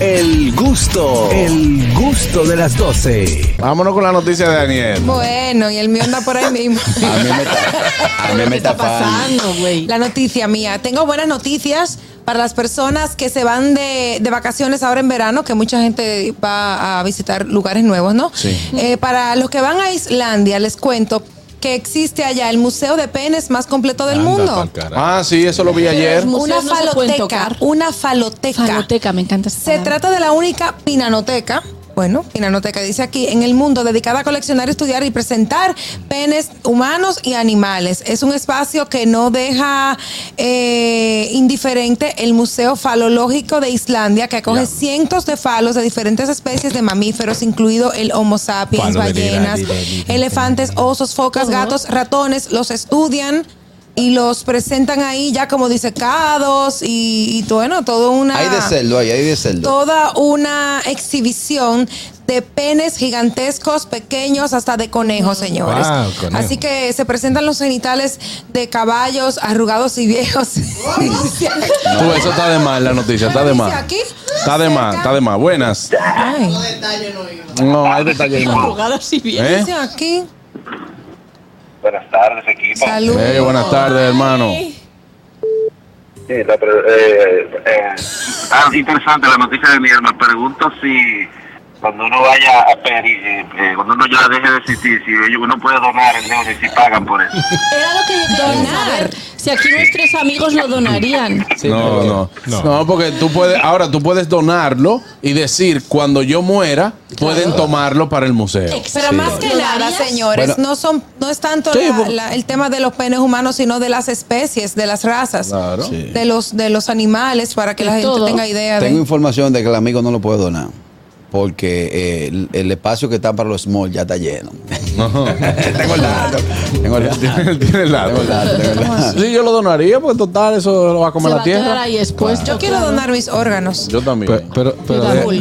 El gusto, el gusto de las 12. Vámonos con la noticia de Daniel. Bueno, y el mío anda por ahí mismo. A mí me está, a mí me está pasando. güey? La noticia mía. Tengo buenas noticias para las personas que se van de, de vacaciones ahora en verano, que mucha gente va a visitar lugares nuevos, ¿no? Sí. Eh, para los que van a Islandia, les cuento que existe allá el museo de penes más completo del mundo. Ah, sí, eso lo vi ayer. Los Una museos no se pueden faloteca, tocar. una faloteca. Faloteca, me encanta esa Se palabra. trata de la única pinanoteca. Bueno, pinanoteca dice aquí, en el mundo dedicada a coleccionar, estudiar y presentar penes humanos y animales. Es un espacio que no deja eh, indiferente el Museo Falológico de Islandia, que acoge cientos de falos de diferentes especies de mamíferos, incluido el Homo sapiens, Falo de lira, ballenas, lira, lira, elefantes, osos, focas, gatos, ratones. Los estudian y los presentan ahí ya como disecados y, y bueno, todo una Hay de celdo, ahí hay de celdo. toda una exhibición de penes gigantescos, pequeños, hasta de conejos, señores. Wow, Mm. conejo. Así que se presentan los genitales de caballos arrugados y viejos. Tú, eso está de más, la noticia, está de Dice más. aquí, Está de más, cerca. está de más. Buenas. Ay, Eh. No, hay detalles. no. ¿Eh? dice aquí. Buenas tardes, equipo. Saludos. Eh, buenas tardes, hermano. Sí, la pre- eh, eh, ah, interesante la noticia de mi hermano. Pregunto si cuando uno vaya a pedir, eh, eh, cuando uno ya deje de existir, si ellos- uno puede donar el negocio y si pagan por eso. Era lo que yo quería saber. Si aquí nuestros amigos lo donarían. no, no, no. porque tú puedes, ahora tú puedes donarlo y decir, cuando yo muera, pueden tomarlo para el museo. Pero más que ¿Lo nada, harías? señores, Bueno. no son, no es tanto Sí, la- porque- la- el tema de los penes humanos, sino de las especies, de las razas, Claro. Sí. de los de los animales, para que De la gente todo. tenga idea Tengo de. información de que el amigo no lo puede donar. Porque eh, el, el espacio que está para los small ya está lleno. tengo el dato. Tengo el dato. Tiene el lado. Tengo el dato, tengo el dato. Sí, yo lo donaría, porque total, eso lo va a Se comer va la a quedar tierra. ahí expuesto. Yo quiero claro. donar mis órganos. Yo también. Pe- Pero, pero, Yo de- full.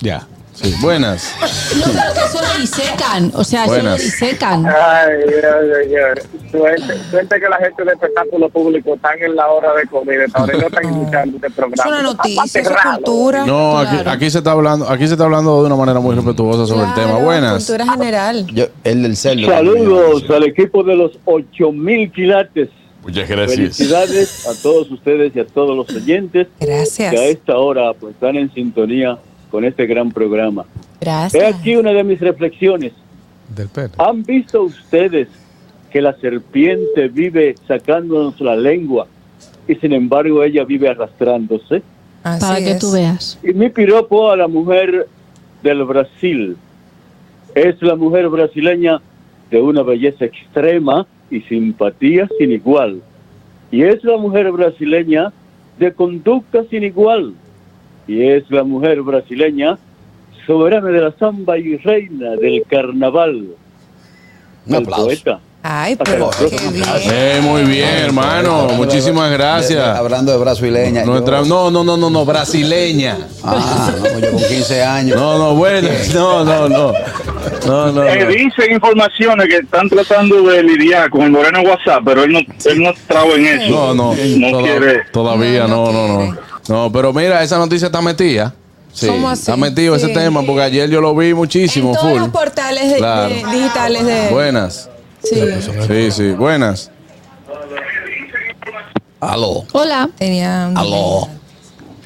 ya. Sí, Buenas. No, pero que eso lo disecan. O sea, eso lo Buenas. disecan. Ay, señor. Suerte, suerte que la gente del espectáculo público están en la hora de comida. Ahora no están escuchando este Ah. Es programa. una noticia, es Está raro. cultura. No, aquí, Claro. aquí se está hablando, aquí se está hablando de una manera muy respetuosa sobre el tema. Claro, Buenas. Cultura general. Yo- el del cerdo. Saludos al equipo de los 8000 quilates. Muchas Felicidades a todos ustedes y a todos los oyentes Gracias. que a esta hora pues, están en sintonía con este gran programa. He Gracias. aquí una de mis reflexiones. Del pene. ¿Han visto ustedes que la serpiente vive sacándonos la lengua y sin embargo ella vive arrastrándose? Así Para que es. tú veas. Y mi piropo a la mujer del Brasil. Es la mujer brasileña de una belleza extrema y simpatía sin igual. Y es la mujer brasileña de conducta sin igual. Y es la mujer brasileña soberana de la samba y reina del carnaval. Un Al aplauso. poeta. Ay, pero Hasta el qué próximo bien. Eh, muy bien, hermano. Hablando de- Muchísimas de- gracias. hablando de brasileña. Nuestra- yo- no, no, no, no, no, brasileña. Ah, no, yo con 15 años. No, no, buenas. No, no, no. No, no. Eh, no. dicen informaciones que están tratando de lidiar con el moreno WhatsApp, pero él no, él no traba en eso. No, no, No toda- quiere. todavía no, No, no no, no. quiere. No, pero mira, esa noticia está metida. Sí, ¿Cómo así? está metido Sí. ese tema porque ayer yo lo vi En muchísimo, todos full. los portales de- Claro. de- digitales de. Buenas. Sí. Sí, sí, buenas. Aló. Hola. Tenía un- Aló. No,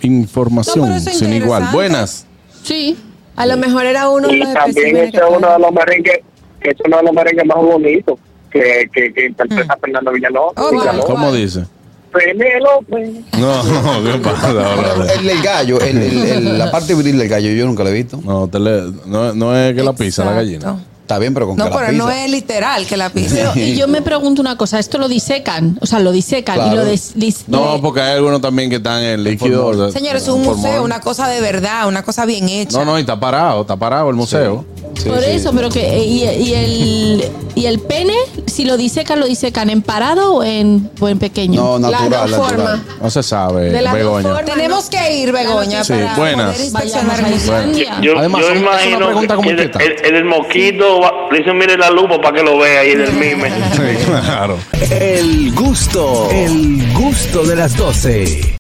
pero Información eso es sin igual. interesante. Buenas. Sí. A lo mejor era uno de los Y también especímenes este que es uno de estaban- los merengues, que es uno de los merengues más bonitos que, que, que interpreta Fernando Villalobos. Mm. Oh, Villalobos. wow. ¿Cómo dice? Penélope. No, no, ¿qué pasa, brother? El del gallo, el- el- el- la parte viril del gallo, yo nunca la he visto. No, te le- no, no es que la pizza, la Exacto. gallina. Está bien, pero con No, cara pero pizza. no es literal que la pise. Pero, y yo me pregunto una cosa. Esto lo disecan. O sea, lo disecan y Claro. lo des, dis- No, porque hay algunos también que están en líquido. o sea, Señores, es un formol. museo, una cosa de verdad, una cosa bien hecha. No, no, y está parado, está parado el museo. Por eso, pero que. eh, Y, y el, y el pene, si lo disecan, lo disecan en parado o en, o en pequeño. No, natural, dos natural. formas. No se sabe, De las dos Begoña. formas. Tenemos que ir, Begoña, Sí, para buenas. poder Vayamos inspeccionar a el museo. Islandia. Yo, Además, yo es una imagino pregunta que como el, inquieta. el- el del mosquito va- le dicen mire la lupa para que lo vea y el del mime. Sí, claro. El gusto, el gusto de las 12.